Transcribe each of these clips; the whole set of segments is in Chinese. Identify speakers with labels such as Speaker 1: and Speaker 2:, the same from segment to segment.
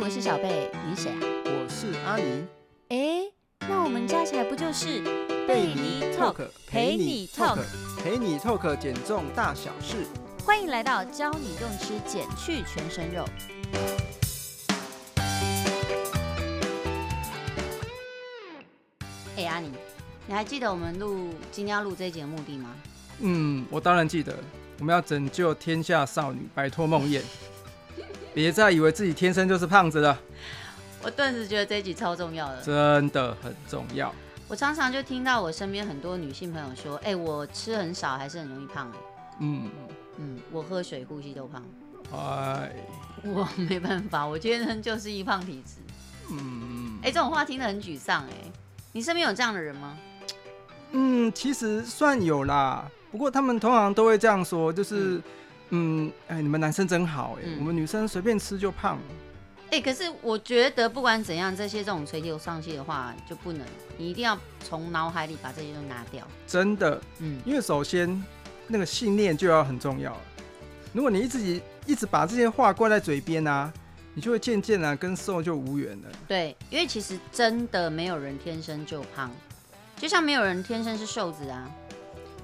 Speaker 1: 我是小贝，你谁啊？
Speaker 2: 我是阿尼，
Speaker 1: 哎，那我们加起来不就是陪你 talk？
Speaker 2: 陪你 talk 减重大小事。
Speaker 1: 欢迎来到教你用吃减去全身肉。哎，阿妮，你还记得我们录今天要录这一节的目的吗？
Speaker 2: 嗯，我当然记得，我们要拯救天下少女，摆脱梦 魇。别再以为自己天生就是胖子了，
Speaker 1: 我顿时觉得这一集超重要的。
Speaker 2: 真的很重要。
Speaker 1: 我常常就听到我身边很多女性朋友说：“哎，我吃很少，还是很容易胖。”哎，
Speaker 2: 嗯，
Speaker 1: 嗯，我喝水、呼吸都胖。
Speaker 2: 哎，
Speaker 1: 我没办法，我天生就是易胖体质。
Speaker 2: 嗯
Speaker 1: 哎、，这种话听得很沮丧哎、你身边有这样的人吗？
Speaker 2: 嗯，其实算有啦，不过他们通常都会这样说，就是，嗯，哎、你们男生真好、哎、
Speaker 1: 嗯
Speaker 2: 我们女生随便吃就胖。
Speaker 1: 哎、可是我觉得不管怎样，这些这种垂头丧气的话就不能，你一定要从脑海里把这些都拿掉。
Speaker 2: 真的，
Speaker 1: 嗯，
Speaker 2: 因为首先那个信念就要很重要了。如果你一直一直把这些话挂在嘴边啊，你就会渐渐啊跟瘦就无缘了。
Speaker 1: 对，因为其实真的没有人天生就胖，就像没有人天生是瘦子啊。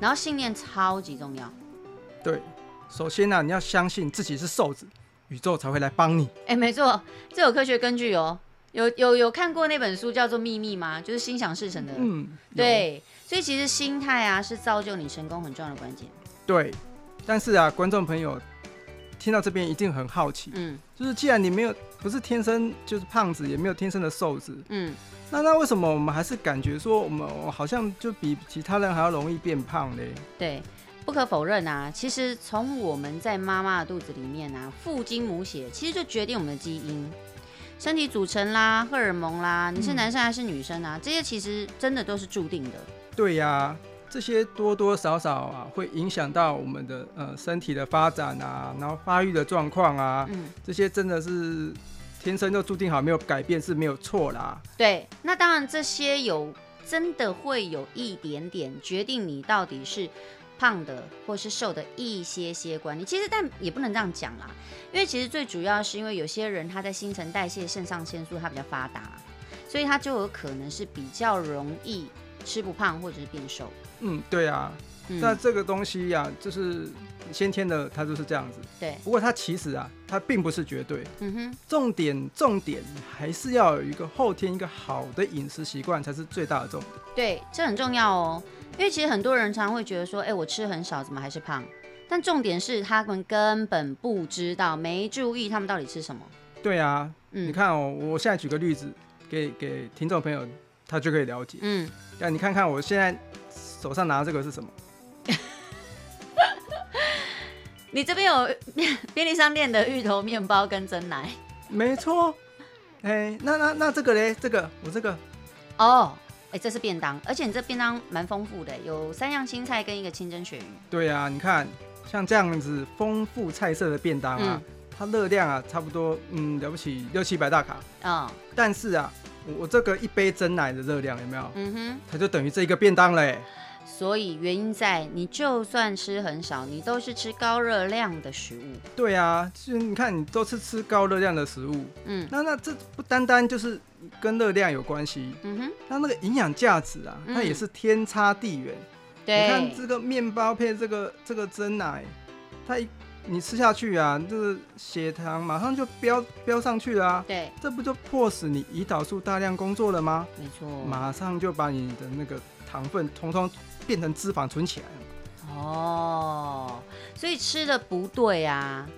Speaker 1: 然后信念超级重要。
Speaker 2: 对，首先呢、啊，你要相信自己是瘦子，宇宙才会来帮你。
Speaker 1: 哎、没错，这有科学根据哦。有有有看过那本书叫做《秘密》吗？就是心想事成的。
Speaker 2: 嗯，有
Speaker 1: 对，所以其实心态啊是造就你成功很重要的关键。
Speaker 2: 对。但是啊，观众朋友听到这边一定很好奇，
Speaker 1: 嗯
Speaker 2: 就是既然你没有不是天生就是胖子，也没有天生的瘦子，
Speaker 1: 嗯，
Speaker 2: 那那为什么我们还是感觉说我们好像就比其他人还要容易变胖嘞？
Speaker 1: 对，不可否认啊，其实从我们在妈妈的肚子里面啊，父精母血，其实就决定我们的基因、身体组成啦、荷尔蒙啦，你是男生还是女生啊，这些其实真的都是注定的。
Speaker 2: 对呀、这些多多少少啊，会影响到我们的呃身体的发展啊，然后发育的状况啊，
Speaker 1: 嗯，
Speaker 2: 这些真的是天生就注定好，没有改变是没有错啦。
Speaker 1: 对。那当然，这些有真的会有一点点决定你到底是。胖的或是瘦的一些些关系，其实但也不能这样讲啦，因为其实最主要是因为有些人他在新陈代谢、肾上腺素它比较发达，所以他就有可能是比较容易吃不胖或者是变瘦。
Speaker 2: 嗯，对啊，那
Speaker 1: 嗯，
Speaker 2: 这个东西呀、就是先天的，它就是这样子。
Speaker 1: 对，
Speaker 2: 不过它其实啊，它并不是绝对，
Speaker 1: 嗯哼，
Speaker 2: 重点重点还是要有一个后天一个好的饮食习惯才是最大的重点。
Speaker 1: 对，这很重要哦，因为其实很多人常会觉得说，哎，我吃很少，怎么还是胖？但重点是他们根本不知道，没注意他们到底吃什么。
Speaker 2: 对啊，你
Speaker 1: 嗯
Speaker 2: 看哦，我现在举个例子给给听众朋友，他就可以了解。
Speaker 1: 嗯，
Speaker 2: 啊但你看看我现在手上拿这个是什么？
Speaker 1: 你这边有 便利商店的芋头面包跟蒸奶
Speaker 2: 没错，哎、那那那这个嘞，这个我这个，
Speaker 1: 哦，哎，这是便当，而且你这便当蛮丰富的，有三样青菜跟一个清蒸鳕鱼。
Speaker 2: 对啊，你看像这样子丰富菜色的便当啊，它热量啊差不多，嗯，了不起六七百大卡，
Speaker 1: 嗯
Speaker 2: 但是啊，我我这个一杯真奶的热量有没有？
Speaker 1: 嗯哼。
Speaker 2: 它就等于这一个便当嘞、
Speaker 1: 所以原因在你就算吃很少，你都是吃高热量的食物。
Speaker 2: 对啊，就是你看你都是吃高热量的食物，
Speaker 1: 嗯
Speaker 2: 那那这不单单就是跟热量有关系，
Speaker 1: 嗯哼，
Speaker 2: 那那个营养价值啊，它也是天差地远。你看
Speaker 1: 对，
Speaker 2: 这个面包配这个这个蒸奶，它一你吃下去啊，这个血糖马上就飙飙上去了、啊，
Speaker 1: 对，
Speaker 2: 这不就迫使你胰岛素大量工作了吗？
Speaker 1: 没错。
Speaker 2: 马上就把你的那个糖分通通变成脂肪存起来了。
Speaker 1: 哦，所以吃的不对啊，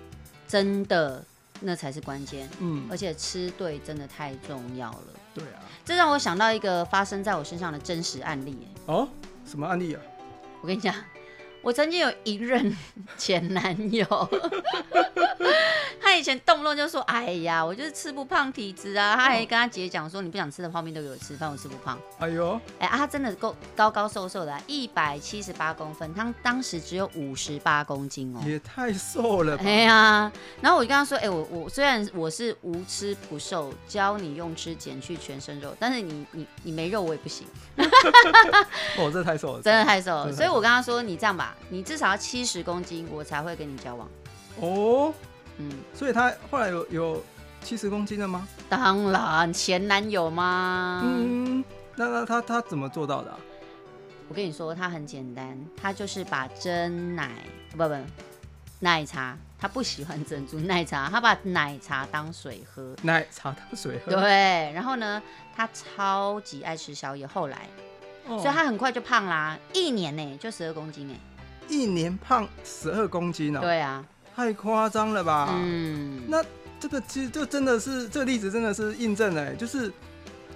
Speaker 1: 真的那才是关键，
Speaker 2: 嗯，
Speaker 1: 而且吃对真的太重要了。
Speaker 2: 对啊。
Speaker 1: 这让我想到一个发生在我身上的真实案例。
Speaker 2: 哦，什么案例啊？
Speaker 1: 我跟你讲，我曾经有一任 前男友， 他以前动不动就说：“哎呀，我就是吃不胖体质啊。”他还跟他姐讲说：“你不想吃的泡面都给我吃，反正我吃不胖。
Speaker 2: 哎呦，
Speaker 1: 哎、啊，他真的够高高瘦瘦的、啊，一百七十八公分，他当时只有五十八公斤哦。
Speaker 2: 也太瘦了吧！
Speaker 1: 哎呀，然后我就跟他说：“哎、我我虽然我是无吃不瘦，教你用吃减去全身肉，但是你你你没肉我也不行。”
Speaker 2: 哦，这太瘦了，
Speaker 1: 真的太瘦了，
Speaker 2: 真的太瘦
Speaker 1: 所以我跟他说，你这样吧，你至少要七十公斤，我才会跟你交往。
Speaker 2: 哦。
Speaker 1: 嗯，
Speaker 2: 所以他后来有有七十公斤了吗？
Speaker 1: 当然，前男友嘛。
Speaker 2: 嗯，那那他他怎么做到的啊、
Speaker 1: 我跟你说，它很简单，它就是把真奶不不奶茶，他不喜欢珍珠奶茶，他把奶茶当水喝。
Speaker 2: 奶茶当水喝，
Speaker 1: 对，然后呢，他超级爱吃宵夜，后来，
Speaker 2: 哦
Speaker 1: 所以他很快就胖啦，一年呢就十二公斤哎。
Speaker 2: 一年胖十二公斤哦，
Speaker 1: 对啊，
Speaker 2: 太夸张了吧？
Speaker 1: 嗯，
Speaker 2: 啊那这个其实就真的是这个例子真的是印证了欸，就是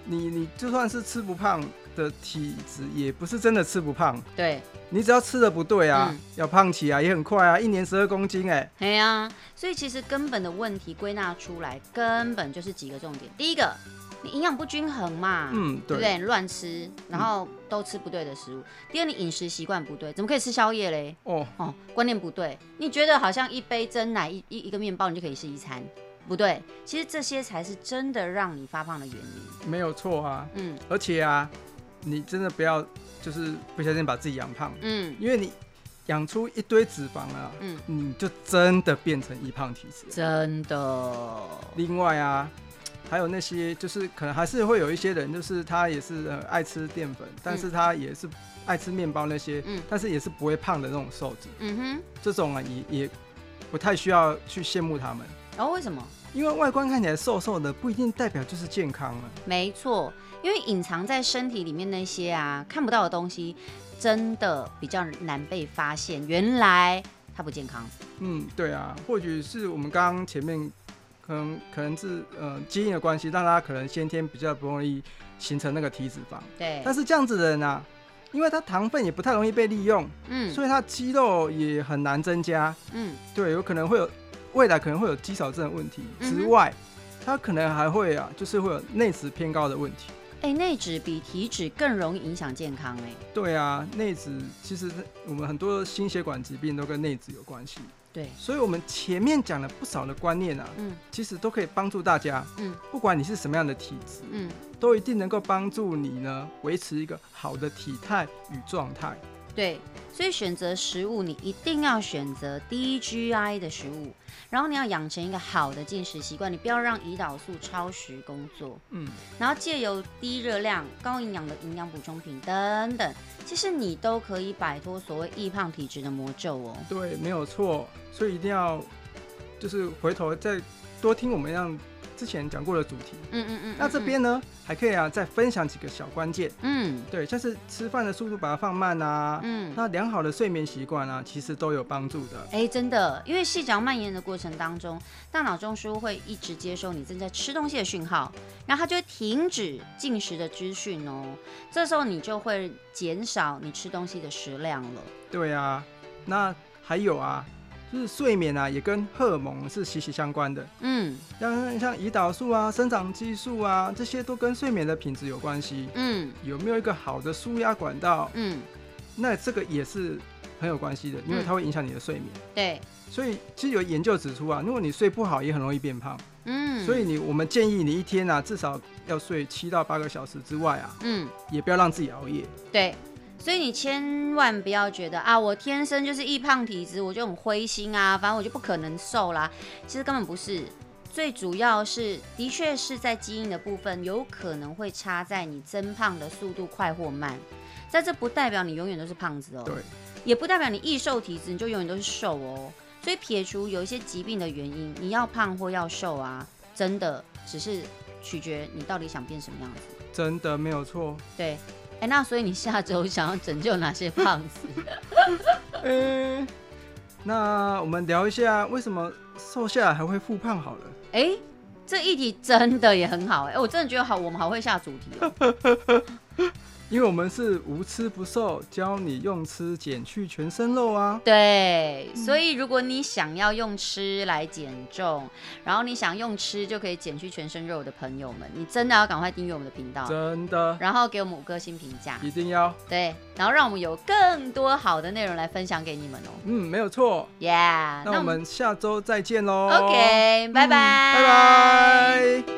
Speaker 2: 你你就算是吃不胖的体质，也不是真的吃不胖，
Speaker 1: 对，
Speaker 2: 你只要吃的不对啊，
Speaker 1: 嗯
Speaker 2: 要胖起来也很快啊，一年十二公斤哎、
Speaker 1: 哎呀、所以其实根本的问题归纳出来，根本就是几个重点。第一个，你营养不均衡嘛，
Speaker 2: 嗯，
Speaker 1: 对
Speaker 2: 对，
Speaker 1: 不对？乱吃，然后都吃不对的食物。第二，你饮食习惯不对，怎么可以吃宵夜嘞？
Speaker 2: 哦，
Speaker 1: 哦，观念不对，你觉得好像一杯真奶一一一个面包你就可以是一餐，不对，其实这些才是真的让你发胖的原因。
Speaker 2: 没有错啊，
Speaker 1: 嗯
Speaker 2: 而且啊，你真的不要就是不小心把自己养胖，
Speaker 1: 嗯，
Speaker 2: 因为你养出一堆脂肪啊，
Speaker 1: 嗯
Speaker 2: 你就真的变成易胖体质了。
Speaker 1: 真的，
Speaker 2: 另外啊，还有那些就是可能还是会有一些人，就是他也是呃爱吃淀粉，但是他也是爱吃面包那些，
Speaker 1: 嗯
Speaker 2: 但是也是不会胖的那种瘦子，
Speaker 1: 嗯
Speaker 2: 这种啊也也不太需要去羡慕他们，
Speaker 1: 哼，然、后哦为什么？
Speaker 2: 因为外观看起来瘦瘦的，不一定代表就是健康啊。
Speaker 1: 没错，因为隐藏在身体里面那些啊看不到的东西，真的比较难被发现。原来它不健康，
Speaker 2: 嗯，对啊，或许是我们刚刚前面可能可能是呃基因的关系，让他可能先天比较不容易形成那个体脂肪，
Speaker 1: 对，
Speaker 2: 但是这样子的人啊，因为他糖分也不太容易被利用。
Speaker 1: 嗯
Speaker 2: 所以他肌肉也很难增加，
Speaker 1: 嗯，
Speaker 2: 对，有可能会有未来可能会有肌少症的问题
Speaker 1: 嗯哼
Speaker 2: 之外，他可能还会啊，就是会有内脂偏高的问题。
Speaker 1: 哎、内脂比体脂更容易影响健康、哎，
Speaker 2: 对啊，内脂其实我们很多心血管疾病都跟内脂有关系，
Speaker 1: 对，
Speaker 2: 所以我们前面讲了不少的观念啊，
Speaker 1: 嗯
Speaker 2: 其实都可以帮助大家，
Speaker 1: 嗯，
Speaker 2: 不管你是什么样的体质，
Speaker 1: 嗯，
Speaker 2: 都一定能够帮助你呢维持一个好的体态与状态。
Speaker 1: 对，所以选择食物，你一定要选择低 GI 的食物，然后你要养成一个好的进食习惯，你不要让胰岛素超时工作，
Speaker 2: 嗯，
Speaker 1: 然后借由低热量、高营养的营养补充品等等，其实你都可以摆脱所谓易胖体质的魔咒哦。
Speaker 2: 对，没有错，所以一定要就是回头再多听我们让之前讲过的主题。
Speaker 1: 嗯嗯嗯
Speaker 2: 那这，边呢，还可以啊，再分享几个小关键，
Speaker 1: 嗯
Speaker 2: 对，像是吃饭的速度把它放慢啊，
Speaker 1: 嗯。
Speaker 2: 那良好的睡眠习惯啊，其实都有帮助的。
Speaker 1: 哎，真的，因为细嚼慢咽的过程当中，大脑中枢会一直接收你正在吃东西的讯号，然后它就会停止进食的资讯哦。这时候你就会减少你吃东西的食量了。
Speaker 2: 对啊，那还有啊，就是睡眠啊，也跟荷尔蒙是息息相关的，
Speaker 1: 嗯
Speaker 2: 像像胰岛素啊、生长激素啊，这些都跟睡眠的品质有关系。
Speaker 1: 嗯
Speaker 2: 有没有一个好的舒压管道，
Speaker 1: 嗯，
Speaker 2: 那这个也是很有关系的，因为它会影响你的睡眠。
Speaker 1: 对，
Speaker 2: 所以其实有研究指出啊，如果你睡不好，也很容易变胖。
Speaker 1: 嗯，
Speaker 2: 所以你我们建议你一天啊，至少要睡七到八个小时之外啊，
Speaker 1: 嗯
Speaker 2: 也不要让自己熬夜。
Speaker 1: 对。所以你千万不要觉得啊，我天生就是易胖体质，我就很灰心啊，反正我就不可能瘦啦。其实根本不是，最主要是的确是在基因的部分，有可能会差在你增胖的速度快或慢。但这不代表你永远都是胖子哦，
Speaker 2: 对，
Speaker 1: 也不代表你易瘦体质你就永远都是瘦哦。所以撇除有一些疾病的原因，你要胖或要瘦啊，真的只是取决你到底想变什么样子。
Speaker 2: 真的没有错。
Speaker 1: 对，哎、那所以你下周想要拯救哪些胖子？
Speaker 2: 嗯、那我们聊一下为什么瘦下来还会复胖好了。
Speaker 1: 哎、这议题真的也很好哎、我真的觉得好，我们好会下主题哦、
Speaker 2: 因为我们是无吃不瘦，教你用吃减去全身肉啊。
Speaker 1: 对，所以如果你想要用吃来减重，然后你想用吃就可以减去全身肉的朋友们，你真的要赶快订阅我们的频道，
Speaker 2: 真的
Speaker 1: 然后给我们五颗星评价，
Speaker 2: 一定要，
Speaker 1: 对，然后让我们有更多好的内容来分享给你们哦、
Speaker 2: 嗯，没有错。
Speaker 1: 耶！yeah,，
Speaker 2: 那我们下周再见喽。
Speaker 1: 嗯 OK，拜拜，
Speaker 2: 嗯嗯拜拜。